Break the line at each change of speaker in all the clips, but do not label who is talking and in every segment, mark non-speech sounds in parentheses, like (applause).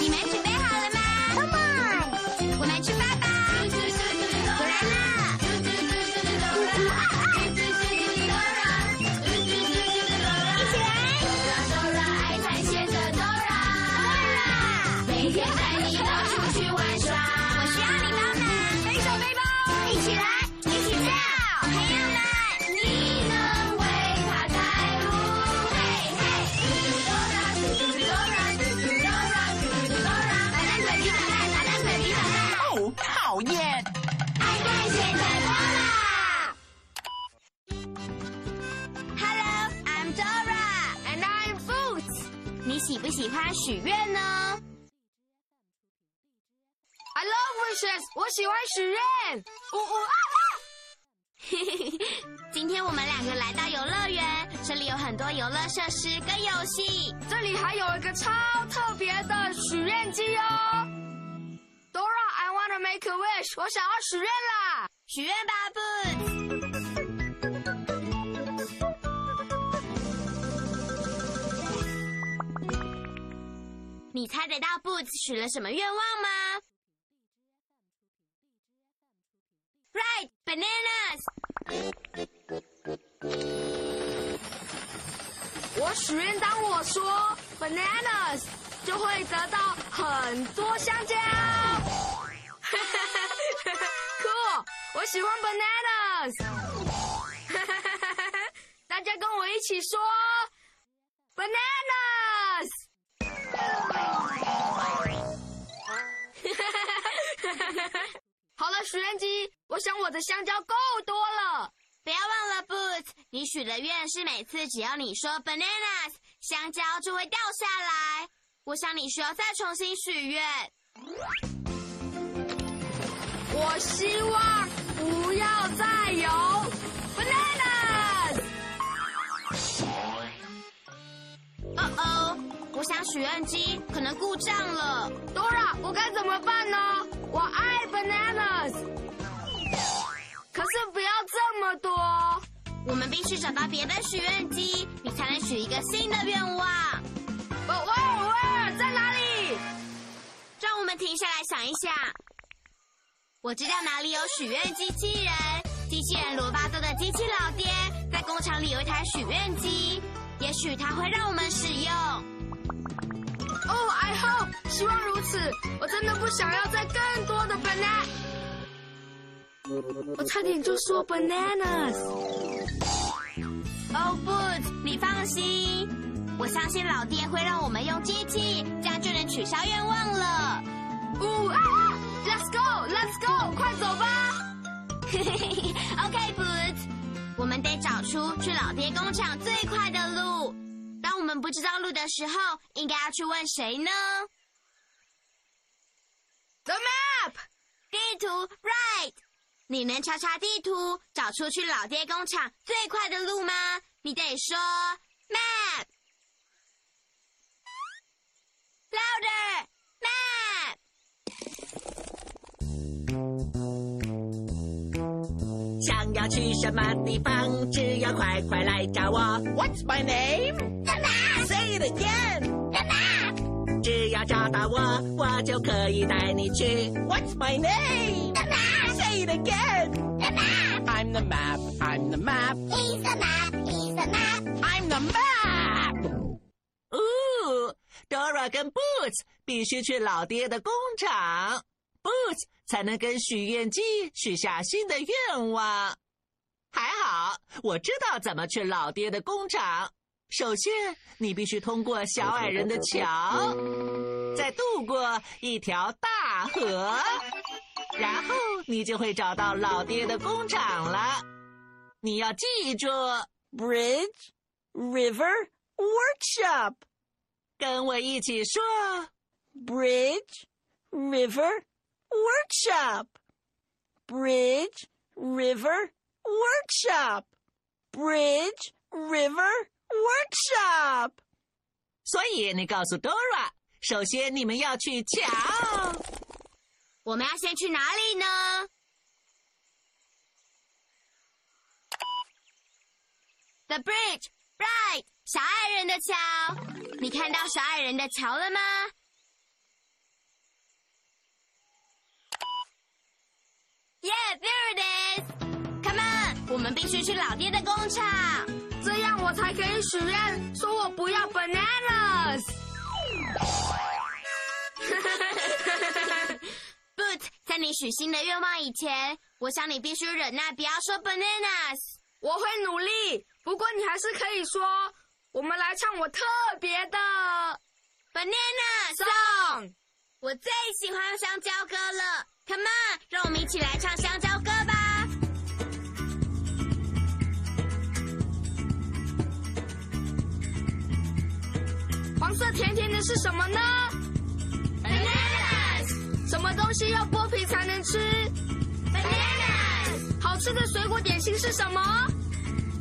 你们准备好了吗？Come on，我们出发吧！我来啦！一起来！爱探险的 Dora，每天带你到处去玩耍。我需要你帮忙，背手背包，一起来，一起跳，朋友们，你能为他带路？嘿嘿，嘟嘟 Dora，嘟嘟 Dora，嘟嘟 Dora，嘟嘟 Dora，打蛋卷皮打蛋，打蛋卷皮打蛋，
哦，讨厌！
爱探险的 Dora。Hello, I'm Dora, and I'm Boots. 你喜不喜欢许愿呢？I love wishes. 我喜欢许愿。呜呜啊 (laughs) 啊！今天我们两个来到游乐园，这里有很多游乐设施跟游戏。
这里还有一个超特别的许愿机哦。Dora，I wanna make a wish，我想要许愿啦。
许愿吧，Boots。你猜得到 Boots 许了什么愿望吗？Right, bananas。
我许愿，当我说 bananas，就会得到很多香蕉。cool，我喜欢 bananas。大家跟我一起说 bananas。好了，许愿机，我想我的香蕉够多了。
不要忘了，Boots，你许的愿是每次只要你说 bananas，香蕉就会掉下来。我想你需要再重新许愿。
我希望不要再有 bananas。
哦
呃
哦，我想许愿机可能故障了。
Dora，我该怎么办呢？我爱 bananas，可是不要这么多。
我们必须找到别的许愿机，你才能许一个新的愿望。
哦，威尔威尔在哪里？
让我们停下来想一想。我知道哪里有许愿机器人，机器人罗巴多的机器老爹在工厂里有一台许愿机，也许它会让我们使用。
哦、i hope，希望如此。我真的不想要再更多的 banana。我差点就说 bananas。
哦不，你放心，我相信老爹会让我们用机器，这样就能取消愿望了。
呜啊啊！Let's go，Let's go，快走吧！
嘿嘿嘿 (laughs) OK Boots，我们得找出去老爹工厂最快的路。当我们不知道路的时候，应该要去问谁呢
The map。
地图，right？你能查查地图，找出去老爹工厂最快的路吗？你得说 map。Louder map。
想要去什么地方，只要快快来找我。What's my name? The map. Say it again. The map. 只要找到我，我就可以带你去。What's my name? The map. Say it again. The map. I'm the map. I'm the map.
He's the map. He's the map.
I'm the map。哦，Dora 跟 Boots 必须去老爹的工厂，Boots 才能跟许愿机许下新的愿望。还好，我知道怎么去老爹的工厂。首先，你必须通过小矮人的桥，再渡过一条大河，然后你就会找到老爹的工厂了。你要记住，bridge river workshop，跟我一起说，bridge river workshop，bridge river workshop，bridge river workshop。所以你告诉 Dora，
首先你们要去抢，
我们要先去哪里呢？The bridge, right？小矮人的桥，你看到小矮人的桥了吗？Yeah, there it is. Come on，我们必须去老爹的工厂。
这样我才可以许愿，说我不要 bananas。
(laughs) Boot，在你许新的愿望以前，我想你必须忍耐，不要说 bananas。
我会努力，不过你还是可以说，我们来唱我特别的
Banana
song。
我最喜欢香蕉歌了，Come on，让我们一起来唱香蕉歌吧。
黄色甜甜的是什么呢？
Bananas，bananas，
什么东西要剥皮才能吃？好吃的水果点心是什么？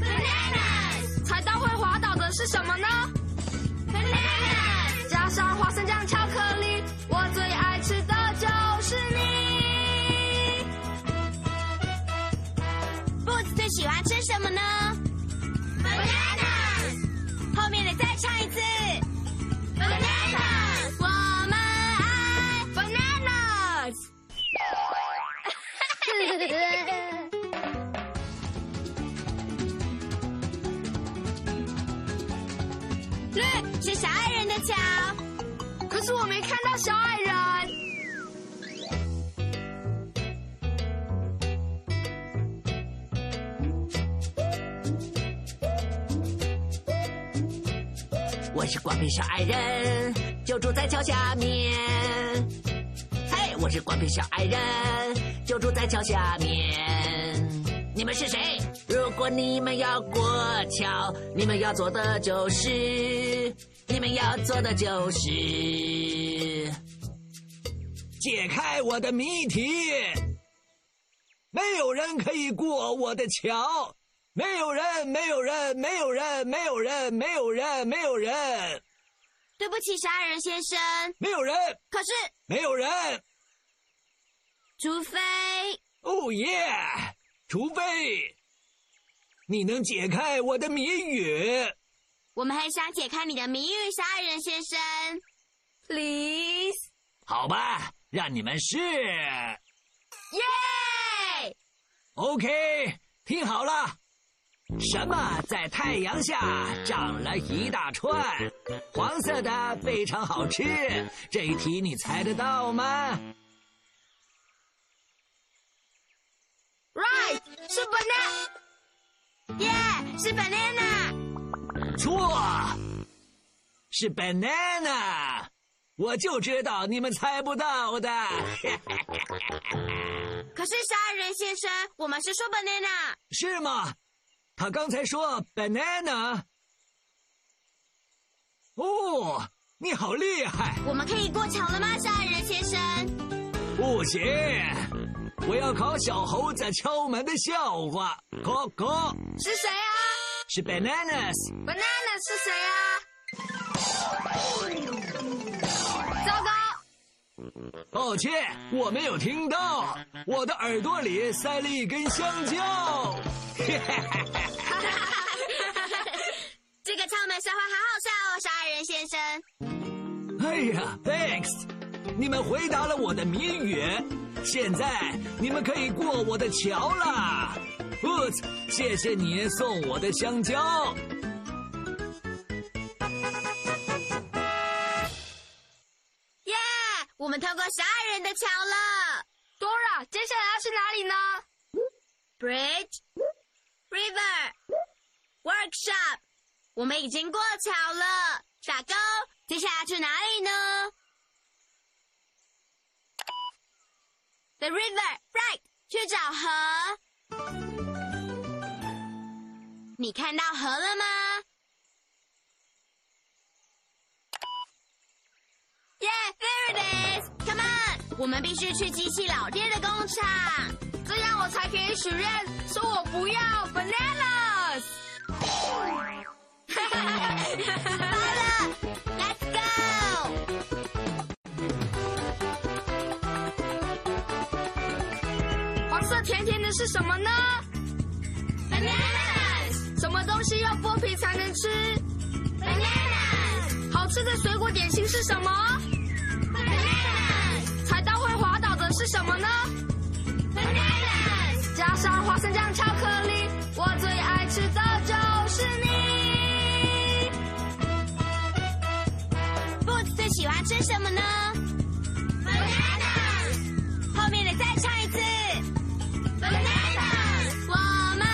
bananas，bananas，
踩到会滑倒的是什么呢？加上花生酱、巧克力，我最爱吃的就是你。
b o o t 最喜欢吃什么呢？Bananas。后面的再唱一次。Bananas，我们爱 (laughs) bananas。绿嗯是小矮人的桥，
可是我没看到小矮人，
我是光屁小矮人，就住在桥下面。嘿，我是光屁小矮人，就住在桥下面。你们是谁？如果你们要过桥，你们要做的就是，你们要做的就是
解开我的谜题。没有人可以过我的桥，没有人，没有人，没有人，没有人，没有人，没有人，
对不起，小矮人先生，
没有人，
可是
没有人。
除非
哦耶！除非你能解开我的谜语。
我们很想解开你的谜语，小矮人先生。
please。
好吧，让你们试。
耶！
OK，听好了，什么在太阳下长了一大串？黄色的非常好吃。这一题你猜得到吗？
Right，是 banana。
耶，是 banana。
错，是 banana。我就知道你们猜不到的。 (laughs)
可是小矮人先生，我们是说 banana。
是吗？他刚才说 banana。哦，你好厉害！
我们可以过桥了吗，小矮人先生？
不行，我要考小猴子敲门的笑话。咯咯，
是谁啊
是 bananas。
？banana 是谁啊？糟糕，
抱歉，我没有听到，我的耳朵里塞了一根香蕉。
这个敲门笑话好好笑哦，小矮人先生。
哎呀，thanks，你们回答了我的谜语，现在你们可以过我的桥啦。Boots，谢谢你送我的香蕉。
耶、我们通过小矮人的桥了。
Dora，接下来要去哪里呢？
Bridge, river, workshop，我们已经过桥了。打勾，接下来要去哪里呢？The river, right，去找河。你看到河了吗？Yeah, there it is. Come on，我们必须去机器老爹的工厂。
这样我才可以许愿，说我不要
(laughs)
bananas。
拜了，Let's go！
色甜甜的是什么呢？
bananas
什么东西要剥皮才能吃？
bananas
好吃的水果点心是什么？
bananas
踩到会滑倒的是什么呢？
bananas
加上花生酱、巧克力，我最爱吃的就是你。
Boots 最喜欢吃什么呢？Banana。后面的再唱一次。Banana。我们爱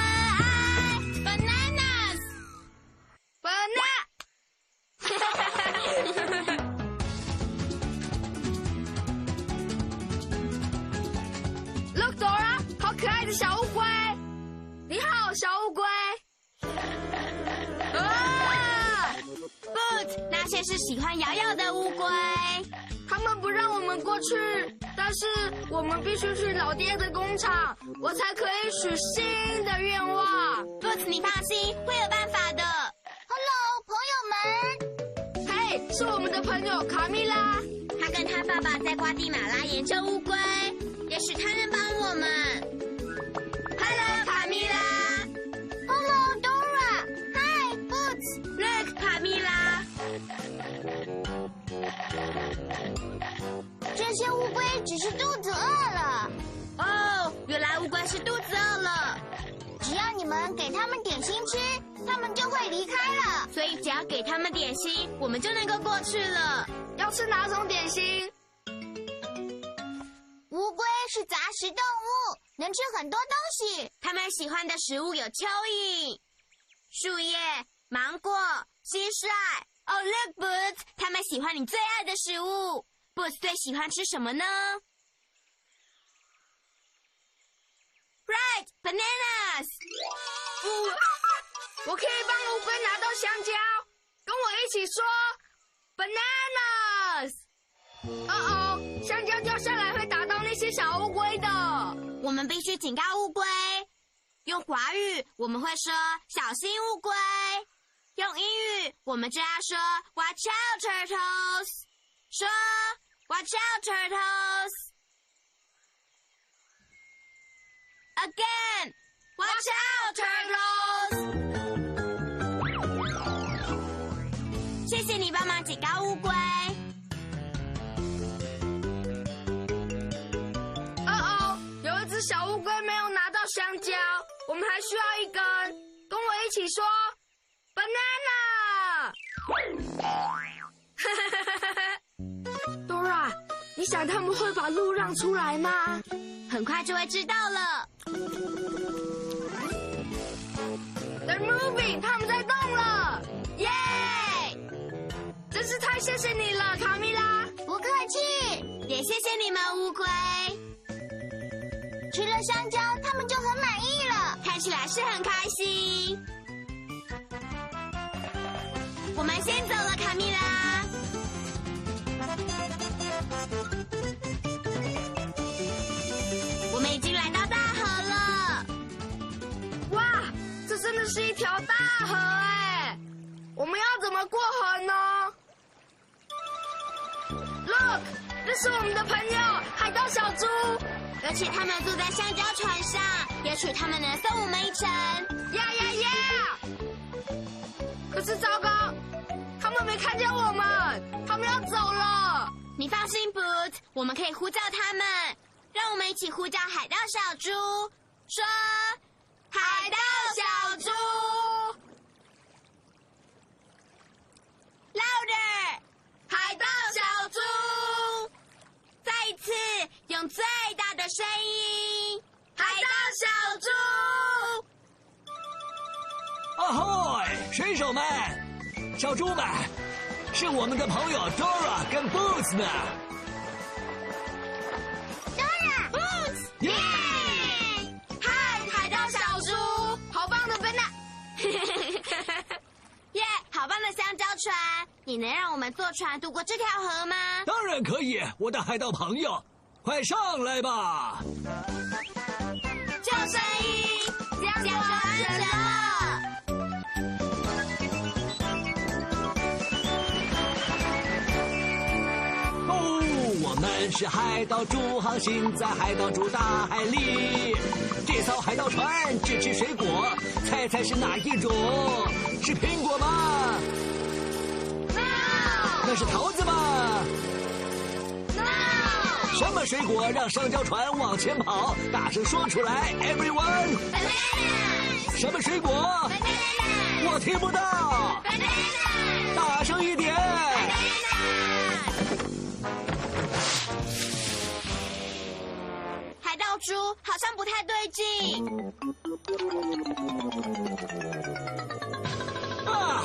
bananas。 (laughs)
banana。Look Dora，好可爱的小乌龟！你好，小乌龟。啊！
Boots，那些是喜欢摇摇的乌龟。
他们不让我们过去，但是我们必须去老爹的工厂，我才可以许新的愿望。
Boots，你放心，会有办法的。Hello，朋
嘿，是我们的朋友卡蜜拉。
友们，他跟他爸爸在瓜地马拉研究乌龟，也许他能帮我们。Hello，卡米拉。Hello Dora。Hi Boots。Look，卡米拉。这些乌龟只是肚子饿了。哦，原来乌龟是肚子饿了。只要你们给它们点心吃，它们就会离开了。所以只要给它们点心，我们就能够过去了。
要吃哪种点心？
乌龟是杂食动物，能吃很多东西。它们喜欢的食物有蚯蚓、树叶、芒果、蟋蟀。Oh look, Boots！它们喜欢你最爱的食物。Boots 最喜欢吃什么呢？Right, (laughs) bananas。
我我可以帮乌龟拿到香蕉，跟我一起说 bananas。哦哦，香蕉掉下来会打到那些小乌龟的。
我们必须警告乌龟。用华语我们会说“小心乌龟”，用英语我们就要说 “Watch out turtles”，说 “Watch out turtles”。Again, watch out turtles。谢谢你帮忙警告乌龟。
哦哦，有一只小乌龟没有拿到香蕉，我们还需要一根，跟我一起说 banana。Dora，你想他们会把路让出来吗？
很快就会知道了。
They're moving，他们在动了，耶、真是太谢谢你了，卡米拉。
不客气，也谢谢你们乌龟。吃了香蕉，他们就很满意了，看起来是很开心。我们先走了，卡米拉。我们已经来到大河了，
哇，这真的是一条大河哎！我们要怎么过河呢？Look，这是我们的朋友海盗小猪。
而且他们坐在香蕉船上，也许他们能送我们一程。
呀呀呀！可是糟糕，他们没看见我们，他们要走了。
你放心，Boot，我们可以呼叫他们。让我们一起呼叫海盗小猪，说：“海盗小猪，louder，海盗小猪！”再一次，用最大的声音，海盗小猪。
啊吼！水手们，小猪们，是我们的朋友 Dora 跟 Boots 呢。
Dora Boots，
耶、
嗨，海盗小猪，
好棒的 b a n
耶、好棒的香蕉船！你能让我们坐船渡过这条河吗？
当然可以，我的海盗朋友，快上来吧！
救生衣，这样就安全了。
哦，我们是海盗猪航行在海盗猪大海里。这艘海盗船只吃水果，猜猜是哪一种？是苹果吗？那是桃子吗？什么水果让香蕉船往前跑？大声说出来，everyone！什么水果？我听不到，大声一点！
海盗猪好像不太对劲，
啊，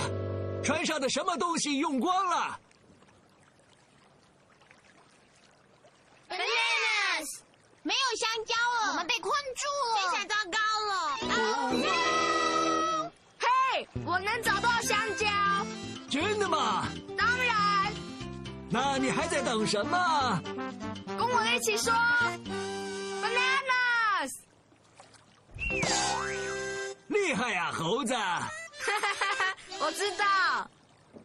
船上的什么东西用光了？
bananas 没有香蕉了，我们被困住了，这下糟糕了。
嘿，我能找到香蕉，
真的吗？
当然，
那你还在等什么？
跟我一起说，bananas。
厉害呀、猴子！
哈哈哈哈，我知道，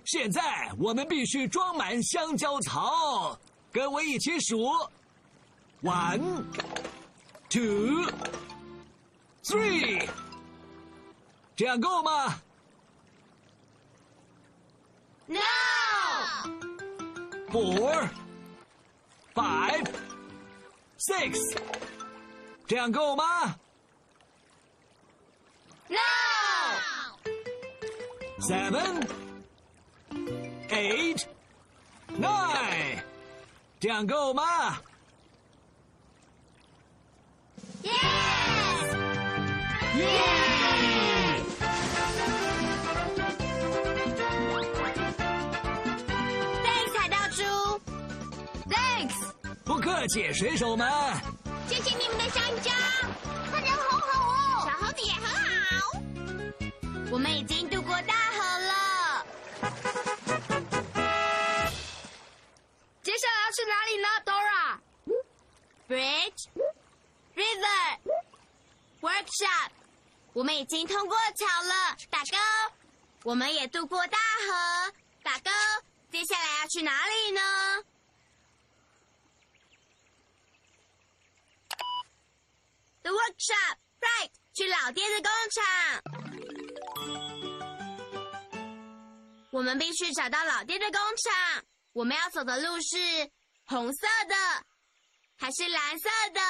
现在我们必须装满香蕉槽，跟我一起数，one, two, three，这样够吗？
No，
four, five, six，这样够吗？Seven, eight, nine，这样够吗？
Yes，被海盗猪，
thanks。
不客气，水手们，
谢谢你们的香蕉，他人好好哦，小猴子也很好。我们已经渡过大河了，
接下来要去哪里呢，Dora？
bridge、river、workshop，我们已经通过桥了，打勾。我们也渡过大河，打勾。接下来要去哪里呢？The workshop, right？去老爹的工厂。我们必须找到老爹的工厂。我们要走的路是红色的，还是蓝色的？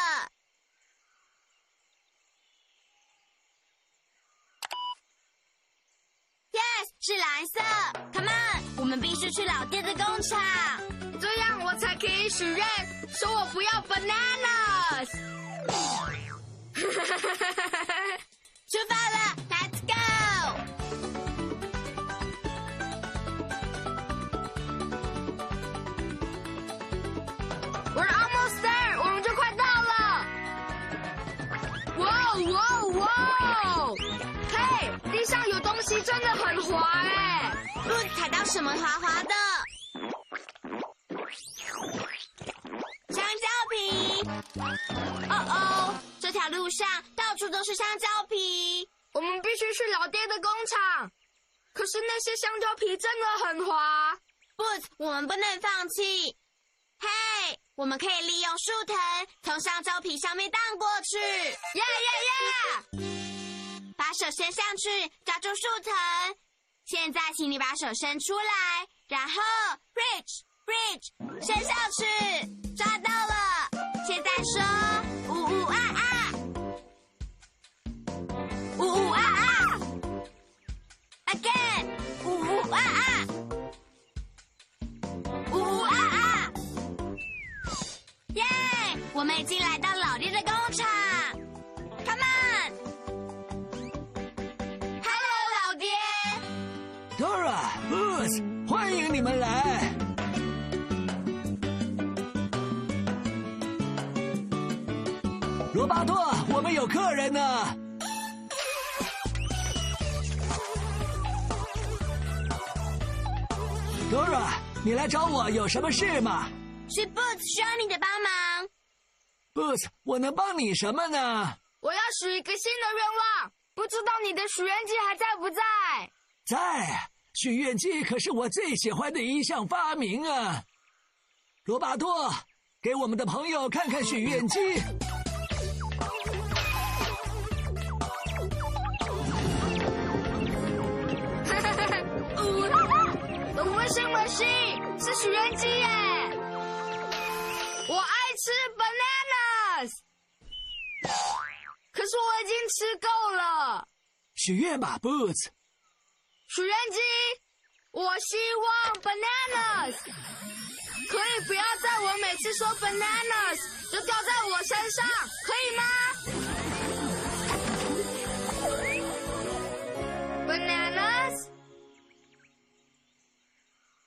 Yes，是蓝色。Come on，我们必须去老爹的工厂。
这样我才可以许愿，说我不要 bananas。
(laughs) 出发了，Let's go！
We're almost there，我们就快到了。哇哦哇哦哇哦！嘿，地上有东西，真的很滑哎。
不踩到什么滑滑的。香蕉皮，哦哦，这条路上到处都是香蕉皮。
我们必须去老爹的工厂。可是那些香蕉皮真的很滑。
不，我们不能放弃。嘿，我们可以利用树藤从香蕉皮上面荡过去，
耶耶耶！
把手伸上去，抓住树藤。现在，请你把手伸出来，然后 bridge bridge 伸上去，抓到了。现在说呜呜啊啊，呜呜啊啊，again 呜呜啊啊，呜呜啊啊，耶！我们已经来到老爹的工厂，come on，hello 老爹。
Dora、Boots，欢迎你们来！罗巴托，我们有客人呢。Dora，你来找我有什么事吗
是 Boots 需要你的帮忙。
？Boots，我能帮你什么呢？
我要许一个新的愿望，不知道你的许愿机还在不在？
在，许啊愿机可是我最喜欢的一项发明啊！罗巴托，给我们的朋友看看许愿机。
哈哈哈！呜， (laughs) 我会新闻系是许愿机耶。我爱吃 bananas，可是我已经吃够了。
许愿吧，Boots。
许愿机，我希望 bananas 可以不要在我每次说 bananas 就掉在我身上，可以吗？bananas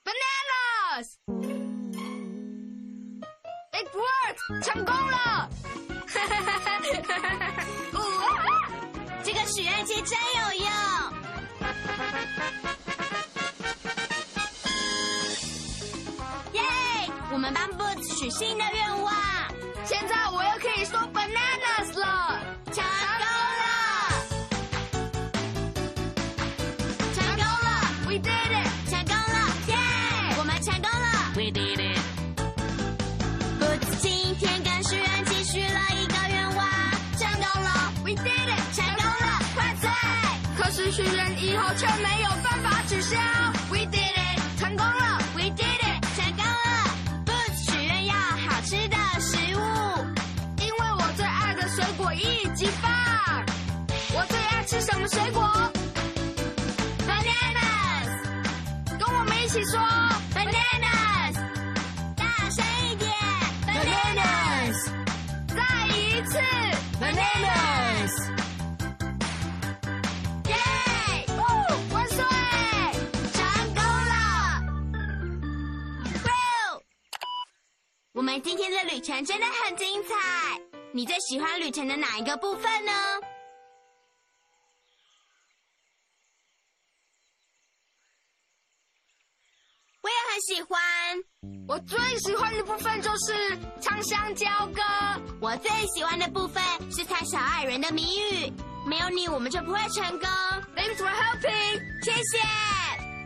bananas it worked 成功了，
这个许愿机真有用。耶！我们帮 Boots 许新的愿望，
现在我又可以说 bananas 了。
成功了！成功了！
We did it！
成功了！耶！我们成功了！We did it！Boots 今天跟许愿机许了一个愿望，成功了！We did it！成功了！快赞！
可是许愿以后却没有办法取消。We did it，成功了。
We did it，成功了！Boots 许愿要好吃的食物，
因为我最爱的水果一级棒。我最爱吃什么水果？Bananas。跟我们一起说 Bananas，
大声一点！Bananas，
再一次
Bananas
耶！哦万岁！
成功哎了 b r o 我们今天的旅程真的很精彩，你最喜欢旅程的哪一个部分呢？我也很喜欢，
我最喜欢的部分就是唱香蕉歌。
我最喜欢的部分是猜小矮人的谜语，没有你我们就不会成功。
Thanks for helping。
谢谢。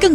更